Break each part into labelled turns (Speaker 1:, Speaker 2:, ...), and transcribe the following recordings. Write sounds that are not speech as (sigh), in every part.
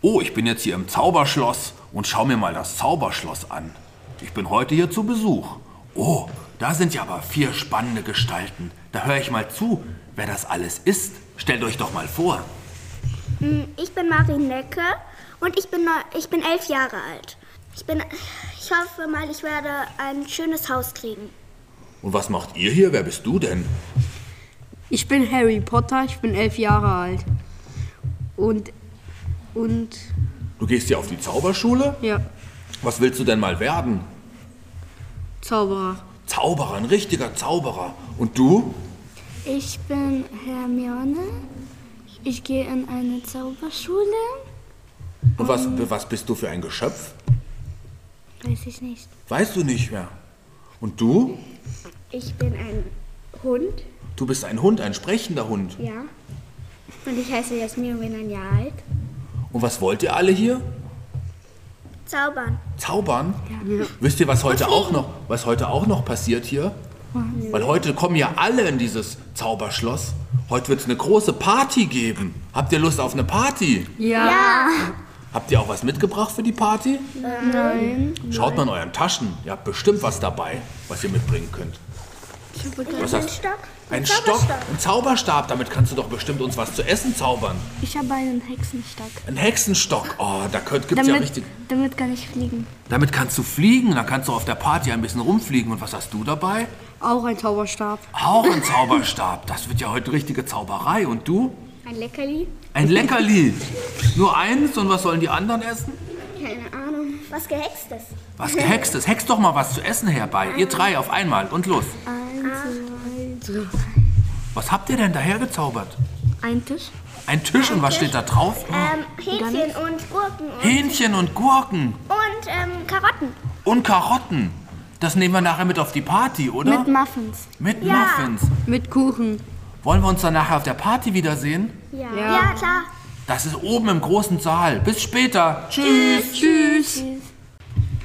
Speaker 1: Oh, ich bin jetzt hier im Zauberschloss und schau mir mal das Zauberschloss an. Ich bin heute hier zu Besuch. Oh, da sind ja aber vier spannende Gestalten. Da höre ich mal zu, wer das alles ist. Stellt euch doch mal vor.
Speaker 2: Hm, Ich bin Marin Necke und ich bin, neu- ich bin elf Jahre alt. Ich, bin, ich hoffe mal, ich werde ein schönes Haus kriegen.
Speaker 1: Und was macht ihr hier? Wer bist du denn?
Speaker 3: Ich bin Harry Potter, ich bin elf Jahre alt. Und, und,
Speaker 1: Du gehst ja auf die Zauberschule?
Speaker 3: ja,
Speaker 1: Was willst du denn mal werden?
Speaker 3: Zauberer.
Speaker 1: Zauberer, ein richtiger Zauberer. Und du?
Speaker 4: Ich bin Hermione. Ich gehe in eine Zauberschule.
Speaker 1: Und was, was bist du für ein Geschöpf?
Speaker 4: Weiß ich nicht.
Speaker 1: Weißt du nicht mehr. Und du?
Speaker 2: Ich bin ein Hund,
Speaker 1: Du bist ein Hund, ein sprechender Hund.
Speaker 2: ja. Und ich heiße Jasmin und bin ein Jahr alt.
Speaker 1: Und was wollt ihr alle hier?
Speaker 2: Zaubern.
Speaker 1: Zaubern? Wisst ihr, was heute auch noch, was heute auch noch passiert hier? Weil heute kommen ja alle in dieses Zauberschloss. Heute wird es eine große Party geben. Habt ihr Lust auf eine Party?
Speaker 3: Ja.
Speaker 1: Habt ihr auch was mitgebracht für die Party? Nein. Schaut mal in euren Taschen. Ihr habt bestimmt was dabei, was ihr mitbringen könnt. Was
Speaker 2: Ein
Speaker 1: hast du?
Speaker 2: Stock.
Speaker 1: Ein Stock,
Speaker 2: Zauberstab.
Speaker 1: ein Zauberstab. Damit kannst du doch bestimmt uns was zu essen zaubern.
Speaker 4: Ich habe einen Hexenstock.
Speaker 1: Ein Hexenstock. Oh, da könnt, gibt's ja
Speaker 4: Damit,
Speaker 1: richtig.
Speaker 4: damit kann ich fliegen.
Speaker 1: Damit kannst du fliegen, dann kannst du auf der Party ein bisschen rumfliegen. Und was hast du dabei?
Speaker 3: Auch ein Zauberstab.
Speaker 1: Auch ein Zauberstab. Das wird ja heute richtige Zauberei. Und du?
Speaker 2: Ein Leckerli.
Speaker 1: Ein Leckerli. Nur eins und was sollen die anderen essen?
Speaker 2: Keine Ahnung. Was Gehextes.
Speaker 1: Was gehextes. Hex doch mal was zu essen herbei. Ihr drei auf einmal und los. Was habt ihr denn daher gezaubert?
Speaker 3: Ein Tisch.
Speaker 1: Ein Tisch und was steht da drauf?
Speaker 2: Ähm, Hähnchen und Gurken und,
Speaker 1: Hähnchen und Gurken
Speaker 2: und ähm, Karotten.
Speaker 1: und Karotten. Das nehmen wir nachher mit auf die Party, oder?
Speaker 4: Mit Muffins.
Speaker 1: Mit
Speaker 2: Ja.
Speaker 1: Muffins.
Speaker 3: Mit Kuchen.
Speaker 1: Wollen wir uns dann nachher auf der Party wiedersehen?
Speaker 2: Ja.
Speaker 3: Ja.
Speaker 2: ja, klar.
Speaker 1: Das ist oben im großen Saal. Bis später. Tschüss.
Speaker 3: Tschüss.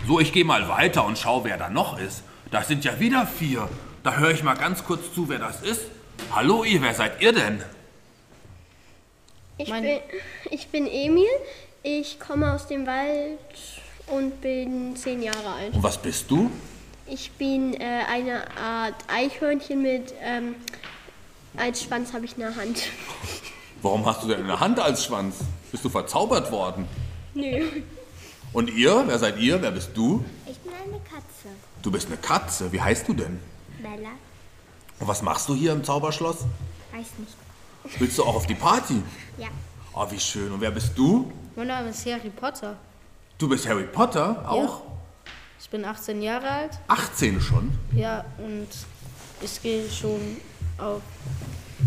Speaker 1: So, ich gehe mal weiter und schau, wer da noch ist. Da sind ja wieder vier. Da höre ich mal ganz kurz zu, wer das ist. Hallo, ihr, wer seid ihr denn?
Speaker 5: Ich bin, ich bin Emil, ich komme aus dem Wald und bin zehn Jahre alt.
Speaker 1: Und was bist du?
Speaker 5: Ich bin äh, eine Art Eichhörnchen mit, ähm, als Schwanz habe ich eine Hand.
Speaker 1: Warum hast du denn eine Hand als Schwanz? Bist du verzaubert worden?
Speaker 5: Nö.
Speaker 1: Und ihr, wer seid ihr? Wer bist du?
Speaker 2: Ich bin eine Katze.
Speaker 1: Du bist eine Katze. Wie heißt du denn?
Speaker 2: Bella.
Speaker 1: Und was machst du hier im Zauberschloss?
Speaker 2: Weiß nicht.
Speaker 1: Willst du auch auf die Party?
Speaker 2: Ja.
Speaker 1: Oh, wie schön. Und wer bist du?
Speaker 6: Mein Name ist Harry Potter.
Speaker 1: Du bist Harry Potter, auch
Speaker 6: Ich bin 18 Jahre alt.
Speaker 1: 18 schon.
Speaker 6: Ja, und ich gehe schon auf.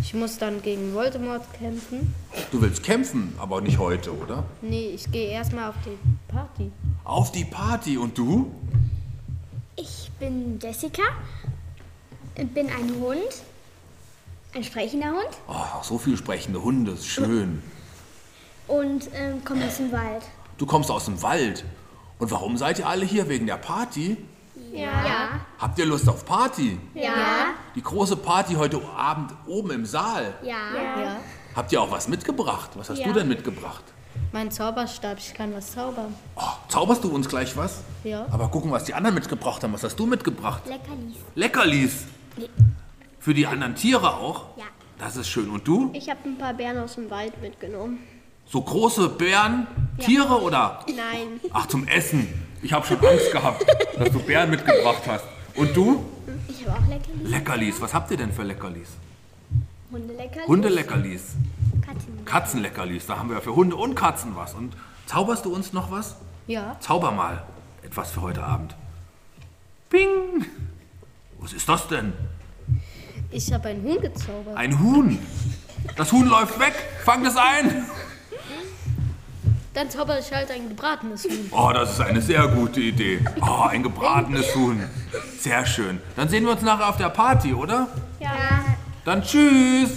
Speaker 6: Ich muss dann gegen Voldemort kämpfen.
Speaker 1: Du willst kämpfen, aber nicht heute, oder?
Speaker 6: Nee, ich gehe erstmal auf die Party.
Speaker 1: Auf die Party. Und du?
Speaker 2: Ich bin Jessica, bin ein Hund, ein sprechender Hund
Speaker 1: Oh, so viel sprechende Hunde, ist schön.
Speaker 2: und ähm, komme aus dem Wald.
Speaker 1: Du kommst aus dem Wald. Und warum seid ihr alle hier? Wegen der Party?
Speaker 2: Ja.
Speaker 1: Habt ihr Lust auf Party?
Speaker 2: Ja.
Speaker 1: Die große Party heute Abend oben im Saal.
Speaker 2: Ja.
Speaker 6: Ja.
Speaker 1: Habt ihr auch was mitgebracht? Was hast du denn mitgebracht?
Speaker 6: Mein Zauberstab, ich kann was zaubern.
Speaker 1: Oh, zauberst du uns gleich was?
Speaker 6: Ja.
Speaker 1: Aber gucken, was die anderen mitgebracht haben. Was hast du mitgebracht?
Speaker 2: Leckerlis.
Speaker 1: Leckerlis. Für die anderen Tiere auch?
Speaker 2: Ja.
Speaker 1: Das ist schön. Und du?
Speaker 5: Ich habe ein paar Bären aus dem Wald mitgenommen.
Speaker 1: So große Bären, Tiere oder?
Speaker 5: (laughs) Nein.
Speaker 1: Ach, zum Essen. Ich habe schon Angst gehabt, dass du Bären mitgebracht hast. Und du?
Speaker 2: Ich habe auch Leckerlis.
Speaker 1: Leckerlis. Was habt ihr denn für Leckerlis?
Speaker 2: Hundeleckerlis.
Speaker 1: Hundeleckerlis,
Speaker 2: Katzen.
Speaker 1: Katzenleckerlis. Da haben wir für Hunde und Katzen was. Und zauberst du uns noch was?
Speaker 6: Ja.
Speaker 1: Zauber mal etwas für heute Abend. Ping! Was ist das denn?
Speaker 6: Ich habe einen Huhn gezaubert.
Speaker 1: Ein Huhn. Das Huhn läuft weg. Fangt es ein.
Speaker 6: Dann zauber ich halt ein gebratenes Huhn.
Speaker 1: Oh, das ist eine sehr gute Idee. Oh, ein gebratenes Huhn. Sehr schön. Dann sehen wir uns nachher auf der Party, oder?
Speaker 2: Ja.
Speaker 1: Dann tschüss.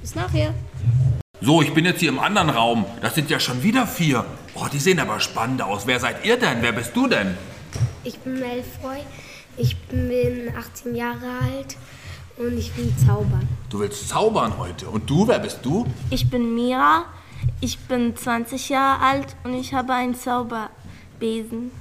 Speaker 6: Bis nachher.
Speaker 1: So, ich bin jetzt hier im anderen Raum. Das sind ja schon wieder vier. Oh, die sehen aber spannend aus. Wer seid ihr denn? Wer bist du denn?
Speaker 4: Ich bin Malfoy. Ich bin 18 Jahre alt und ich bin Zauber.
Speaker 1: Du willst zaubern heute. Und du, wer bist du?
Speaker 4: Ich bin Mira.
Speaker 7: Ich bin 20 Jahre alt und ich habe einen Zauberbesen.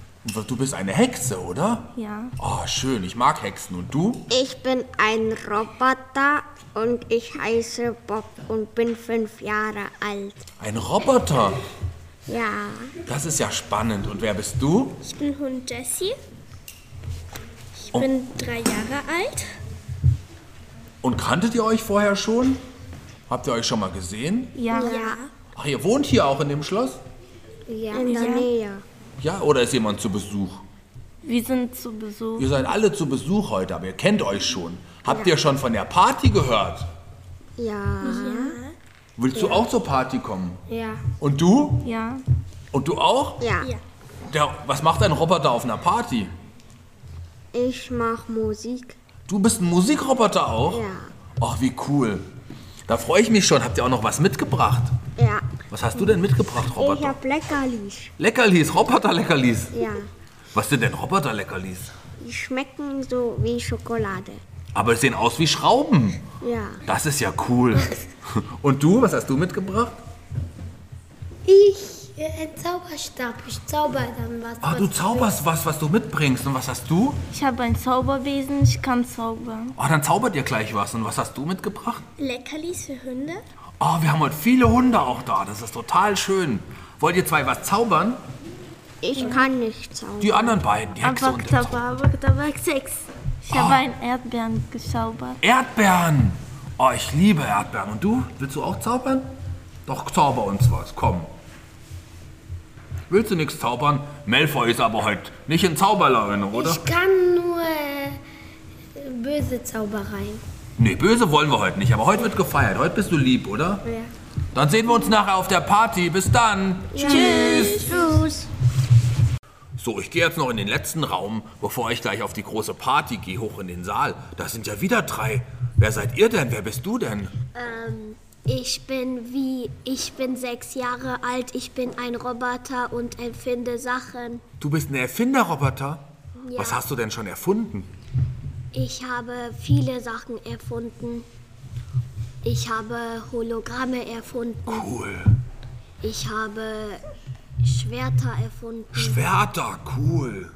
Speaker 1: Du bist eine Hexe, oder?
Speaker 7: Ja.
Speaker 1: Oh, schön. Ich mag Hexen. Und du?
Speaker 8: Ich bin ein Roboter und ich heiße Bob und bin fünf Jahre alt.
Speaker 1: Ein Roboter.
Speaker 8: Ja,
Speaker 1: Das ist ja spannend. Und wer bist du?
Speaker 2: Ich bin Hund Jessie. Ich
Speaker 1: Oh.
Speaker 2: bin drei Jahre alt.
Speaker 1: Und kanntet ihr euch vorher schon? Habt ihr euch schon mal gesehen?
Speaker 7: Ja.
Speaker 1: Ach, ihr wohnt hier auch in dem Schloss?
Speaker 8: in der Nähe.
Speaker 1: Ja, oder ist jemand zu Besuch?
Speaker 7: Wir sind zu Besuch.
Speaker 1: Ihr seid alle zu Besuch heute, aber ihr kennt euch schon. Habt ihr schon von der Party gehört?
Speaker 8: Ja,
Speaker 1: Willst du auch zur Party kommen?
Speaker 4: Ja.
Speaker 1: Und du?
Speaker 7: Ja.
Speaker 1: Und du auch?
Speaker 8: ja.
Speaker 1: Der, was macht ein Roboter auf einer Party?
Speaker 8: Ich mach Musik.
Speaker 1: Du bist ein Musikroboter auch?
Speaker 8: Ja.
Speaker 1: Ach, wie cool. Da freue ich mich schon. Habt ihr auch noch was mitgebracht?
Speaker 8: Ja.
Speaker 1: Was hast du denn mitgebracht,
Speaker 8: Ich
Speaker 1: Roboter?
Speaker 8: hab Leckerlis.
Speaker 1: Leckerlis, Roboterleckerlis.
Speaker 8: Ja.
Speaker 1: Was sind denn Roboterleckerlis?
Speaker 8: Die schmecken so wie Schokolade.
Speaker 1: Aber es sehen aus wie Schrauben.
Speaker 8: Ja.
Speaker 1: Das ist ja cool. (laughs) Und du, was hast du mitgebracht?
Speaker 4: Ich, äh, ein Zauberstab. Ich zauber dann was.
Speaker 1: Ah, du zauberst was, was du mitbringst. Und was hast du?
Speaker 7: Ich habe ein Zauberbesen, ich kann zaubern.
Speaker 1: Ah, dann zaubert ihr gleich was. Und was hast du mitgebracht?
Speaker 2: Leckerlis für Hunde.
Speaker 1: Ah, wir haben heute viele Hunde auch da. Das ist total schön. Wollt ihr zwei was zaubern?
Speaker 8: Ich kann nicht zaubern.
Speaker 1: Die anderen beiden, die Hexe und der Zauber.
Speaker 7: Abakadabra, sechs. Ich
Speaker 9: Ah.
Speaker 7: habe einen Erdbeeren gezaubert.
Speaker 1: Erdbeeren. Oh, ich liebe Erdbeeren. Und du? Willst du auch zaubern? Doch, zauber uns was. Komm. Willst du nichts zaubern? Malfoy ist aber heute nicht in Zauberlaune, oder?
Speaker 4: Ich kann nur äh, böse Zaubereien.
Speaker 1: Nee, böse wollen wir heute nicht. Aber heute wird gefeiert. Heute bist du lieb, oder? Ja. Dann sehen wir uns nachher auf der Party. Bis dann. Tschüss.
Speaker 8: Tschüss.
Speaker 1: So, ich gehe jetzt noch in den letzten Raum, bevor ich gleich auf die große Party gehe, hoch in den Saal. Da sind ja wieder drei. Wer seid ihr denn? Wer bist du denn?
Speaker 4: Ähm, ich bin wie, ich bin sechs Jahre alt, ich bin ein Roboter und empfinde Sachen.
Speaker 1: Du bist ein Erfinderroboter? Was hast du denn schon erfunden?
Speaker 4: Ich habe viele Sachen erfunden. Ich habe Hologramme erfunden.
Speaker 1: Cool.
Speaker 4: Ich habe Schwerter erfunden.
Speaker 1: Schwerter, cool.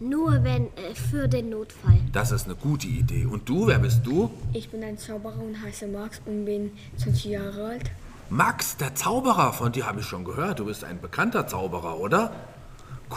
Speaker 4: Nur wenn äh, für den Notfall.
Speaker 1: Das ist eine gute Idee. Und du, wer bist du?
Speaker 10: Ich bin ein Zauberer und heiße Max und bin 20 Jahre alt.
Speaker 1: Max, der Zauberer. Von dir habe ich schon gehört. Du bist ein bekannter Zauberer, oder?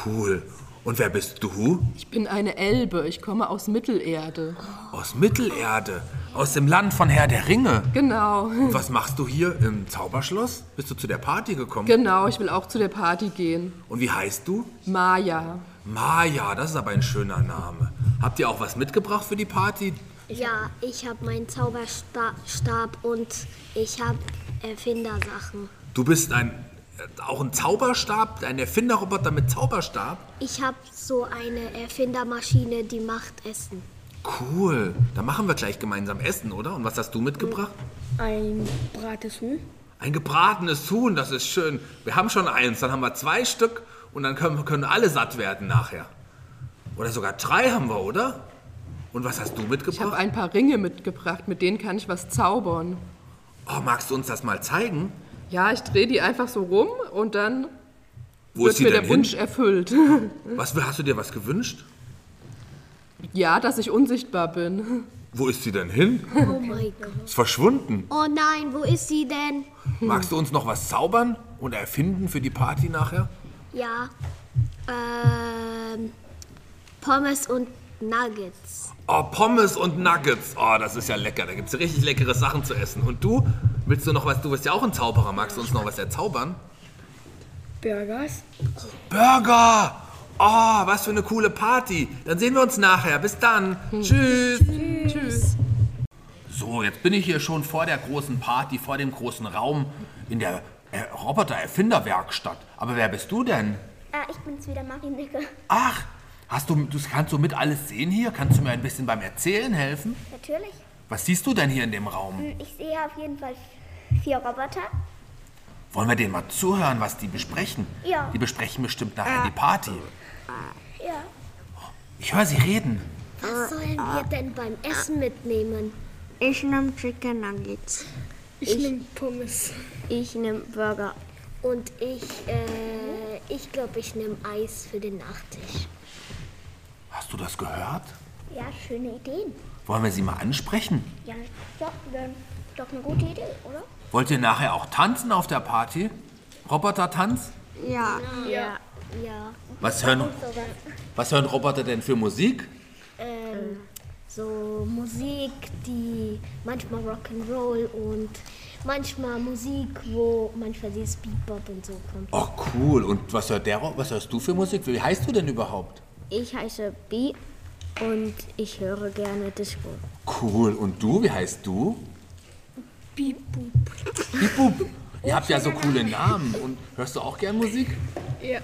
Speaker 1: Cool. Und wer bist du?
Speaker 11: Ich bin eine Elbe, ich komme aus Mittelerde.
Speaker 1: Aus Mittelerde. Aus dem Land von Herr der Ringe.
Speaker 11: Genau. (laughs)
Speaker 1: Und was machst du hier im Zauberschloss? Bist du zu der Party gekommen?
Speaker 11: Genau, ich will auch zu der Party gehen.
Speaker 1: Und wie heißt du?
Speaker 11: Maya.
Speaker 1: Maja, das ist aber ein schöner Name. Habt ihr auch was mitgebracht für die Party?
Speaker 4: ja, ich habe meinen Zauberstab und ich habe Erfindersachen.
Speaker 1: Du bist ein äh, auch ein Zauberstab, ein Erfinderroboter mit Zauberstab.
Speaker 4: Ich habe so eine Erfindermaschine, die macht Essen.
Speaker 1: Cool. Dann machen wir gleich gemeinsam Essen, oder? Und was hast du mitgebracht?
Speaker 10: Ein brates Huhn.
Speaker 1: Ein gebratenes Huhn, das ist schön. Wir haben schon eins, dann haben wir zwei Stück und dann können, können alle satt werden nachher. Oder sogar drei haben wir, oder? Und was hast du
Speaker 11: Ich habe
Speaker 1: mitgebracht?
Speaker 11: ein paar Ringe mitgebracht, mit denen kann ich was zaubern.
Speaker 1: Oh, magst du uns das mal zeigen?
Speaker 11: Ja, ich drehe die einfach so rum und dann
Speaker 1: Wo
Speaker 11: wird
Speaker 1: ist sie
Speaker 11: mir
Speaker 1: denn
Speaker 11: der
Speaker 1: hin?
Speaker 11: Wunsch äh, erfüllt. (laughs)
Speaker 1: Was, hast du dir was gewünscht?
Speaker 11: ja, dass ich unsichtbar bin.
Speaker 1: Wo ist sie denn hin? Oh mein Gott. Ist
Speaker 11: (laughs)
Speaker 1: verschwunden.
Speaker 4: Oh nein, wo ist sie denn?
Speaker 1: Magst du uns noch was zaubern und erfinden für die Party nachher?
Speaker 4: Ja. Ähm, Pommes und Nuggets.
Speaker 1: Oh, Pommes und Nuggets. Oh, das ist ja lecker. Da gibt es richtig leckere Sachen zu essen. Und du? Willst du noch was? Du bist ja auch ein Zauberer. Magst du uns noch was erzaubern?
Speaker 10: Burgers.
Speaker 1: Burger! Oh, was für eine coole Party. Dann sehen wir uns nachher. Bis dann. Tschüss.
Speaker 11: Tschüss.
Speaker 1: So, jetzt bin ich hier schon vor der großen Party, vor dem großen Raum in der äh, Roboter-Erfinderwerkstatt. Aber wer bist du denn?
Speaker 2: Ah, ich bin's wieder, Marinecke.
Speaker 1: Ach, hast du, du kannst du mit alles sehen hier? Kannst du mir ein bisschen beim Erzählen helfen?
Speaker 2: Natürlich.
Speaker 1: Was siehst du denn hier in dem Raum?
Speaker 2: Hm, Ich sehe auf jeden Fall vier Roboter.
Speaker 1: Wollen wir denen mal zuhören, was die besprechen?
Speaker 2: Ja.
Speaker 1: Die besprechen bestimmt nachher die Party.
Speaker 2: Ja.
Speaker 1: Ich höre sie reden.
Speaker 4: Was sollen wir denn beim Essen mitnehmen?
Speaker 8: Ich nehm Chicken Nuggets.
Speaker 10: Ich, nehme Pommes.
Speaker 8: Ich nehm Burger.
Speaker 4: Und ich, äh, ich glaube, ich nehme Eis für den Nachtisch.
Speaker 1: Hast du das gehört?
Speaker 2: Ja, schöne Ideen.
Speaker 1: Wollen wir sie mal ansprechen?
Speaker 2: Ja, doch, dann- doch eine gute Idee, oder?
Speaker 1: Wollt ihr nachher auch tanzen auf der Party? Roboter-Tanz?
Speaker 8: Ja.
Speaker 2: Ja. Ja.
Speaker 1: Was hören, was hören Roboter denn für Musik?
Speaker 4: Ähm, so Musik, die manchmal Rock'n'Roll und manchmal Musik, wo manchmal dieses Beatbop und so kommt.
Speaker 1: Oh, cool. Und was hört der Ro- Was hörst du für Musik? Wie heißt du denn überhaupt?
Speaker 9: Ich heiße Bi und ich höre gerne Disco.
Speaker 1: Cool. Und du? Wie heißt du?
Speaker 5: Bibu.
Speaker 1: Bibub. Ihr habt ja so coole Namen. Und hörst du auch gern Musik?
Speaker 5: Ja.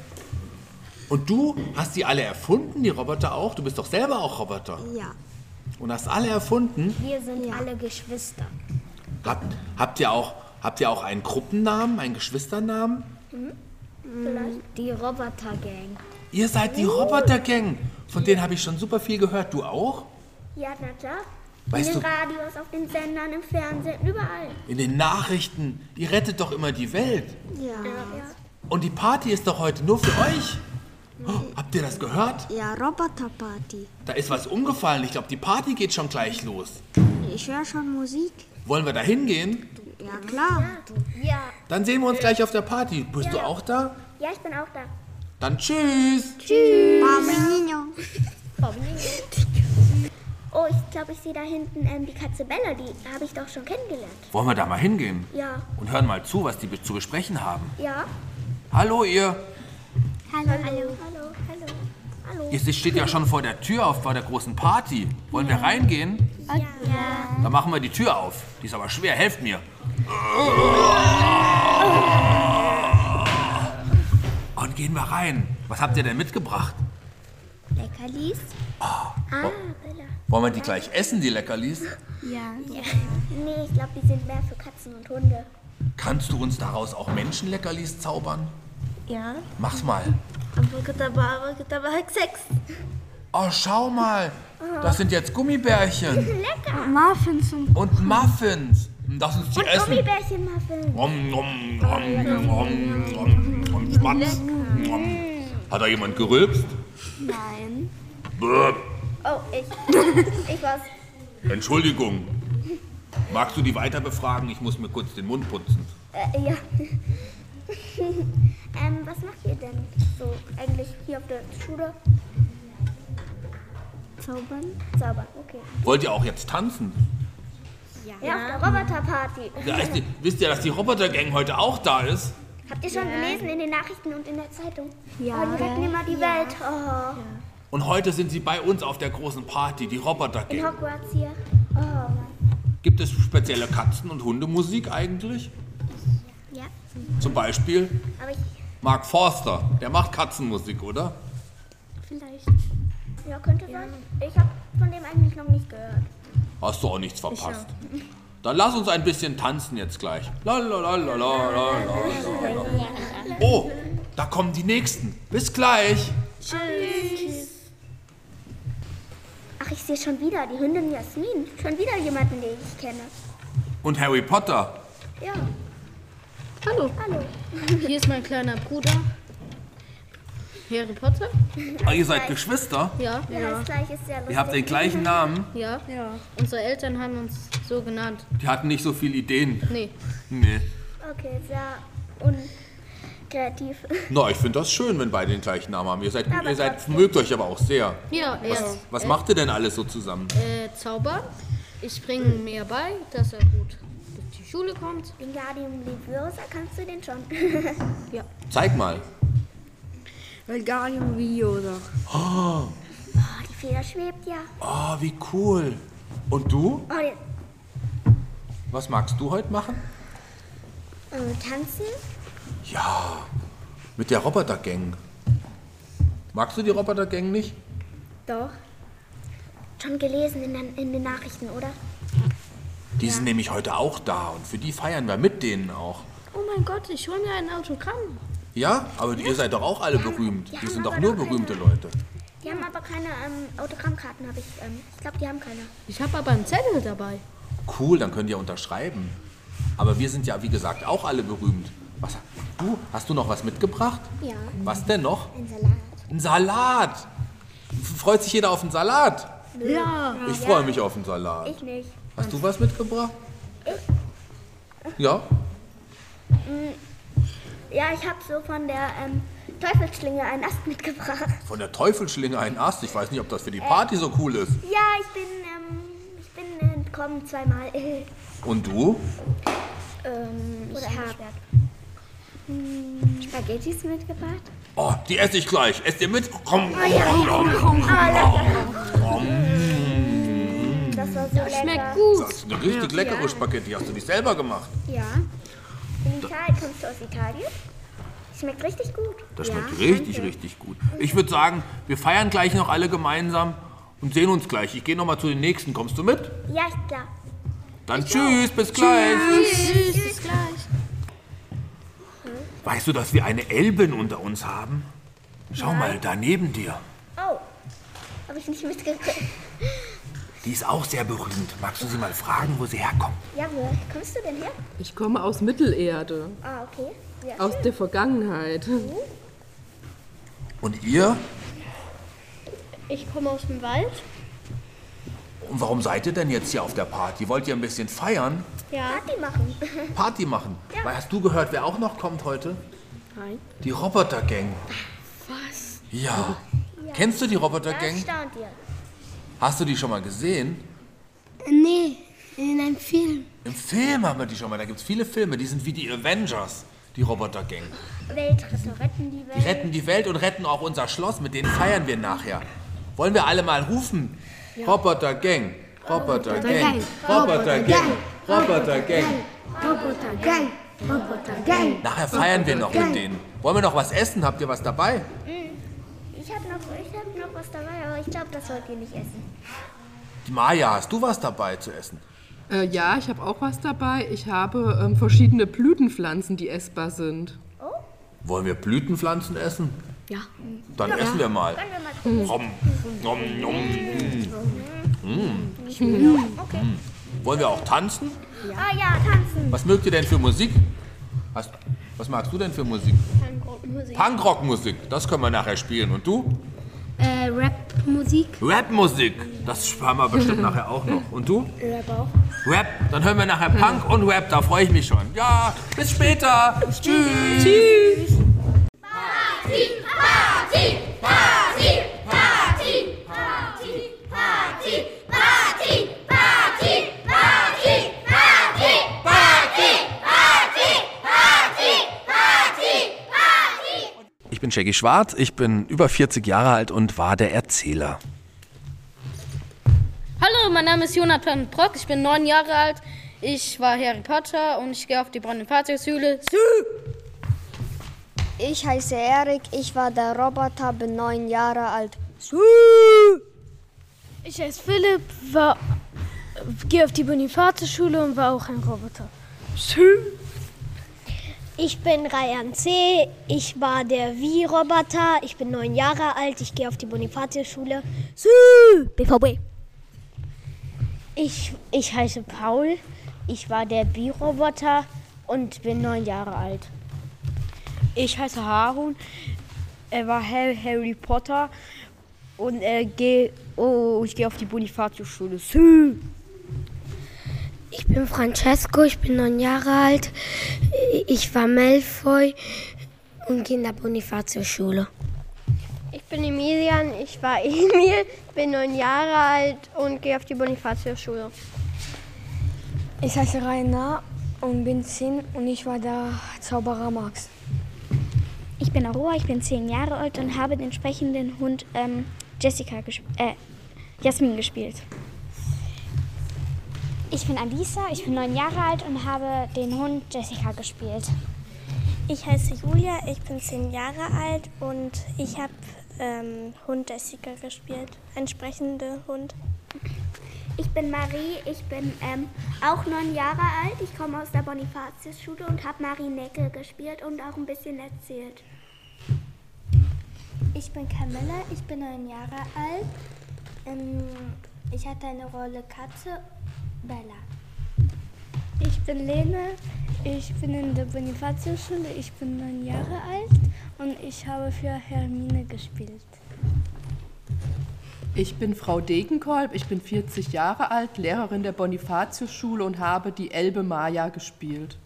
Speaker 1: Und du hast die alle erfunden, die Roboter auch? Du bist doch selber auch Roboter.
Speaker 8: Ja.
Speaker 1: Und hast alle erfunden?
Speaker 4: Wir sind alle Geschwister.
Speaker 1: Habt, habt, ihr auch, habt ihr auch einen Gruppennamen, einen Geschwisternamen?
Speaker 4: Die Roboter-Gang.
Speaker 1: Ihr seid die Roboter-Gang. Von denen habe ich schon super viel gehört. Du auch?
Speaker 2: Ja, na klar.
Speaker 1: Weißt
Speaker 2: in den
Speaker 1: du-
Speaker 2: Radios, auf den Sendern, im Fernsehen, überall.
Speaker 1: In den Nachrichten. Ihr rettet doch immer die Welt.
Speaker 8: Ja.
Speaker 1: Und die Party ist doch heute nur für euch. Oh, habt ihr das gehört?
Speaker 8: Ja, Roboterparty.
Speaker 1: Da ist was umgefallen. Ich glaube, die Party geht schon gleich los.
Speaker 8: Ich höre schon Musik.
Speaker 1: Wollen wir da hingehen?
Speaker 8: Ja, klar.
Speaker 2: Ja.
Speaker 1: Dann sehen wir uns gleich auf der Party. Bist du auch da?
Speaker 2: Ja, ich bin auch da.
Speaker 1: Dann tschüss.
Speaker 2: Tschüss.
Speaker 8: Barbenino.
Speaker 2: Oh, ich glaube, ich sehe da hinten ähm, die Katze Bella. Die habe ich doch schon kennengelernt.
Speaker 1: Wollen wir da mal hingehen?
Speaker 2: Ja.
Speaker 1: Und hören mal zu, was die be- zu besprechen haben.
Speaker 2: Ja.
Speaker 1: Hallo ihr.
Speaker 2: Hallo. Hallo. Hallo. Hallo. Hallo.
Speaker 1: Ihr steht ja schon vor der Tür auf, vor der großen Party. Wollen wir reingehen?
Speaker 2: Ja.
Speaker 1: Dann machen wir die Tür auf. Die ist aber schwer. Helft mir. Und gehen wir rein. Was habt ihr denn mitgebracht?
Speaker 2: Leckerlis. Ah, Bella.
Speaker 1: Wollen wir die gleich essen, die Leckerlis?
Speaker 2: Ja. Nee, ich glaube, die sind mehr für Katzen und Hunde.
Speaker 1: Kannst du uns daraus auch Menschenleckerlis zaubern?
Speaker 9: Ja.
Speaker 1: Mach's mal.
Speaker 9: Abracadabra, abracadabra,
Speaker 2: halt
Speaker 9: Hex, Hex.
Speaker 1: Oh, schau mal. Das sind jetzt Gummibärchen
Speaker 2: Lecker.
Speaker 9: Muffins und
Speaker 1: und Muffins. Lass uns die
Speaker 2: Und
Speaker 1: essen.
Speaker 2: Gummibärchen-Muffins.
Speaker 1: Nom, nom, nom, nom, nom, nom, Schmatz. Nom. Hat da jemand gerülpst?
Speaker 9: Nein.
Speaker 1: Bäh.
Speaker 2: Oh, ich. ich war's.
Speaker 1: Entschuldigung. Magst du die weiter befragen? Ich muss mir kurz den Mund putzen.
Speaker 2: Äh, ja. (laughs) ähm, was macht ihr denn so eigentlich hier auf der Schule? Zaubern? Zaubern, okay.
Speaker 1: Wollt ihr auch jetzt tanzen?
Speaker 2: Ja, auf der Roboterparty.
Speaker 1: Ja, ist die, wisst ihr, dass die Robotergang heute auch da ist?
Speaker 2: Habt ihr schon gelesen in den Nachrichten und in der Zeitung?
Speaker 9: Ja.
Speaker 2: Oh, die retten immer die Welt. Oh.
Speaker 1: Und heute sind sie bei uns auf der großen Party, die
Speaker 2: In
Speaker 1: Robotergang.
Speaker 2: Hogwarts hier. Oh Mann.
Speaker 1: Gibt es spezielle Katzen- und Hundemusik eigentlich?
Speaker 2: Ja.
Speaker 1: Zum Beispiel
Speaker 2: Aber ich.
Speaker 1: Mark Forster, der macht Katzenmusik, oder?
Speaker 2: Vielleicht. Ja, könnte sein. Ich habe von dem eigentlich noch nicht gehört.
Speaker 1: Hast du auch nichts verpasst. Dann lass uns ein bisschen tanzen jetzt gleich. La, la, la, la, la, la, la, la, la.
Speaker 2: (laughs)
Speaker 1: Oh, da kommen die Nächsten. Bis gleich.
Speaker 2: Tschüss. Ach, ich sehe schon wieder die Hündin Jasmin. Schon wieder jemanden, den ich kenne.
Speaker 1: Und Harry Potter.
Speaker 2: Ja.
Speaker 6: Hallo.
Speaker 2: Hallo.
Speaker 6: Hier ist mein kleiner Bruder. Harry Potter?
Speaker 1: Ah, ihr seid Geschwister?
Speaker 6: Ja.
Speaker 2: Ja. Das gleiche ist sehr lustig.
Speaker 1: Ihr habt den gleichen Namen.
Speaker 6: Ja. ja. Unsere Eltern haben uns so genannt.
Speaker 1: Die hatten nicht so viele Ideen.
Speaker 6: Nee.
Speaker 1: Nee.
Speaker 2: Okay, sehr unkreativ.
Speaker 1: Na, ich finde das schön, wenn beide den gleichen Namen haben. Ihr seid,
Speaker 2: Aber
Speaker 1: ihr seid
Speaker 2: trotzdem.
Speaker 1: mögt euch aber auch sehr.
Speaker 6: Ja,
Speaker 1: Was,
Speaker 6: er-
Speaker 1: was
Speaker 6: er-
Speaker 1: macht ihr denn alles so zusammen?
Speaker 6: Äh, Zaubern. Ich bringe mir bei, dass er gut durch die Schule kommt.
Speaker 2: Wingardium Leviosa, kannst du den schon? (laughs) Oh,
Speaker 6: Ja.
Speaker 1: Zeig mal.
Speaker 3: Velgarium Viosa.
Speaker 1: Oh,
Speaker 2: Oh, die Feder schwebt ja.
Speaker 1: oh, wie cool. Und du?
Speaker 2: Oh, jetzt.
Speaker 1: Was magst du heute machen?
Speaker 2: Äh, tanzen?
Speaker 1: Ja, mit der Robotergang. Magst du die Robotergang nicht?
Speaker 2: Doch. Schon gelesen in den, in den Nachrichten, oder?
Speaker 1: Die sind nämlich heute auch da und für die feiern wir mit denen auch.
Speaker 6: Oh mein Gott, ich hole mir ein Autogramm.
Speaker 1: Ja, aber ihr seid doch auch alle berühmt.
Speaker 2: wir
Speaker 1: Die
Speaker 2: haben
Speaker 1: sind doch
Speaker 2: aber
Speaker 1: nur
Speaker 2: noch
Speaker 1: berühmte
Speaker 2: eine.
Speaker 1: Leute.
Speaker 2: Die haben aber keine ähm, Autogrammkarten, habe ich. Ähm, ich glaube, die haben keine.
Speaker 6: Ich habe aber einen Zettel dabei.
Speaker 1: Cool, dann könnt ihr unterschreiben. Aber wir sind ja, wie gesagt, auch alle berühmt. Was, Du, hast du noch was mitgebracht?
Speaker 4: Ja.
Speaker 1: Was denn noch?
Speaker 4: Ein Salat.
Speaker 1: Ein Salat! F- Freut sich jeder auf einen Salat?
Speaker 4: Ja.
Speaker 1: Ich freue mich auf einen Salat.
Speaker 2: Ich nicht.
Speaker 1: Hast du was mitgebracht? Ja?
Speaker 2: Mm, Ja, ich habe so von der ähm, Teufelsschlinge einen Ast mitgebracht. (laughs)
Speaker 1: Von der Teufelsschlinge einen Ast. Ich weiß nicht, ob das
Speaker 4: Äh.
Speaker 1: für die Party so cool ist.
Speaker 2: Ja, ich bin, ähm, ich bin entkommen zweimal. (laughs)
Speaker 1: Und du?
Speaker 2: Ähm, Oder ich habe Spaghettis mitgebracht.
Speaker 1: Oh, die esse ich gleich. Esst ihr mit? Komm,
Speaker 4: Ah
Speaker 1: komm, komm.
Speaker 2: Das war so lecker.
Speaker 1: schmeckt gut. Das ist eine richtig leckere Spaghetti. Hast du dich selber gemacht?
Speaker 2: Ja. In Italien kommst du aus Italien? Schmeckt richtig gut.
Speaker 1: Das schmeckt richtig, richtig gut. Ich würde sagen, wir feiern gleich noch alle gemeinsam und sehen uns gleich. Ich gehe noch mal zu den nächsten. Kommst du mit?
Speaker 2: Ja, ich glaube.
Speaker 1: Dann tschüss, bis gleich.
Speaker 2: Tschüss, bis gleich.
Speaker 1: Weißt du, dass wir eine Elbin unter uns haben? Schau
Speaker 2: Ja.
Speaker 1: mal, da neben dir.
Speaker 2: Oh, habe ich nicht mitgekriegt. (laughs)
Speaker 1: Die ist auch sehr berühmt. Magst du sie mal fragen, wo sie herkommt?
Speaker 2: Ja, woher kommst du denn her?
Speaker 11: Ich komme aus Mittelerde,
Speaker 2: Ah, okay. Ja,
Speaker 11: aus
Speaker 2: schön.
Speaker 11: der Vergangenheit.
Speaker 1: Und ihr?
Speaker 5: Oh. Ich komme aus dem Wald.
Speaker 1: Und warum seid ihr denn jetzt hier auf der Party? Wollt ihr ein bisschen feiern?
Speaker 5: Ja.
Speaker 2: Party machen.
Speaker 5: (laughs)
Speaker 1: Party machen?
Speaker 2: Ja.
Speaker 1: Weil hast du gehört, wer auch noch kommt heute?
Speaker 2: Nein.
Speaker 1: Die Roboter-Gang.
Speaker 2: Was?
Speaker 1: Ja. Kennst du die Roboter-Gang?
Speaker 2: Das staunt ihr.
Speaker 1: Hast du die schon mal gesehen?
Speaker 9: Nee, in einem Film.
Speaker 1: Im Film haben wir die schon mal. Da gibt es viele Filme, die sind wie die Avengers, die Roboter-Gang.
Speaker 2: Weltretter retten die
Speaker 1: Die
Speaker 2: Welt.
Speaker 1: retten die Welt und retten auch unser Schloss. Mit denen feiern wir nachher. Wollen wir alle mal rufen? Roboter-Gang, Roboter-Gang, Roboter-Gang, Roboter-Gang.
Speaker 9: Roboter Gang, Roboter Gang.
Speaker 1: Nachher feiern wir noch mit denen. Wollen wir noch was essen? Habt ihr was dabei?
Speaker 2: Mm, Ich habe noch, ich hab noch was dabei, aber ich glaube, das wollt ihr nicht essen.
Speaker 1: Die Maja, hast du was dabei zu essen?
Speaker 11: Äh, ja, ich habe auch was dabei. Ich habe ähm, verschiedene Blütenpflanzen, die essbar sind.
Speaker 1: Wollen wir Blütenpflanzen essen?
Speaker 11: Ja.
Speaker 1: Dann essen wir mal.
Speaker 2: Können wir mal
Speaker 1: Rom,
Speaker 2: gucken.
Speaker 1: rom, rom, mm.
Speaker 2: Ja, okay.
Speaker 1: Mm. Wollen wir auch tanzen?
Speaker 2: Ah ja, tanzen.
Speaker 1: Was mögt ihr denn für Musik? Hast, was magst du denn für Musik?
Speaker 5: Punkrockmusik.
Speaker 1: Punkrock-Musik, das können wir nachher spielen. Und du?
Speaker 9: Äh, Rap-Musik.
Speaker 1: Rap-Musik, das sparen wir bestimmt nachher auch noch. Und du?
Speaker 9: Rap auch.
Speaker 1: Rap, dann hören wir nachher Punk und Rap, da freue ich mich schon. Ja, bis später. Tschüss.
Speaker 11: Tschüss.
Speaker 12: Party, Party, Party, Party, Party, Party, Party, Party, Party, Party, Party, Party, Party, Party, Party.
Speaker 1: Ich bin Shaggy Schwarz, ich bin über 40 Jahre alt und war der Erzähler.
Speaker 6: Hallo, mein Name ist Jonathan Brock, ich bin neun Jahre alt. Ich war Harry Potter und ich gehe auf die brandende Fahrzeugshülle.
Speaker 13: Ich heiße Erik, ich war der Roboter, bin neun Jahre alt.
Speaker 14: Ich heiße Philipp, war, gehe auf die Bonifatius-Schule und war auch ein Roboter.
Speaker 4: Ich bin Ryan C. Ich war der Wie-Roboter. Ich bin neun Jahre alt. Ich gehe auf die Bonifatius-Schule. BVB.
Speaker 15: Ich, ich heiße Paul, ich war der Bi-Roboter und bin neun Jahre alt. Ich heiße Harun, er war Harry, Harry Potter und äh, geh, oh, ich gehe auf die Bonifatius-Schule. Sü.
Speaker 9: Ich bin Francesco, ich bin neun Jahre alt. Ich war Malfoy und gehe in der Bonifatius-Schule.
Speaker 5: Ich bin Emilian, ich war (laughs) Emil, bin neun Jahre alt und gehe auf die Bonifatius-Schule.
Speaker 14: Ich heiße Rainer und bin zehn und ich war der Zauberer Max.
Speaker 16: Ich bin Aurora, ich bin zehn Jahre alt und habe den sprechenden Hund ähm, Jessica gesp- äh, Jasmin gespielt. Ich bin Alisa, ich bin neun Jahre alt und habe den Hund Jessica gespielt.
Speaker 17: Ich heiße Julia, ich bin zehn Jahre alt und ich habe ähm, Hund Jessica gespielt. Ein sprechender Hund.
Speaker 2: Ich bin Marie, ich bin ähm, auch neun Jahre alt. Ich komme aus der Bonifatius-Schule und habe Marie Neckel gespielt und auch ein bisschen erzählt.
Speaker 17: Ich bin Camilla, ich bin neun Jahre alt. Ähm, ich hatte eine Rolle Katze, Bella. Ich bin Lene,
Speaker 2: Ich bin in der Bonifatius-Schule, ich bin neun Jahre alt und ich habe für Hermine gespielt.
Speaker 11: Ich bin Frau Degenkolb, ich bin 40 Jahre alt, Lehrerin der Bonifatius-Schule und habe die Elbe Maya gespielt.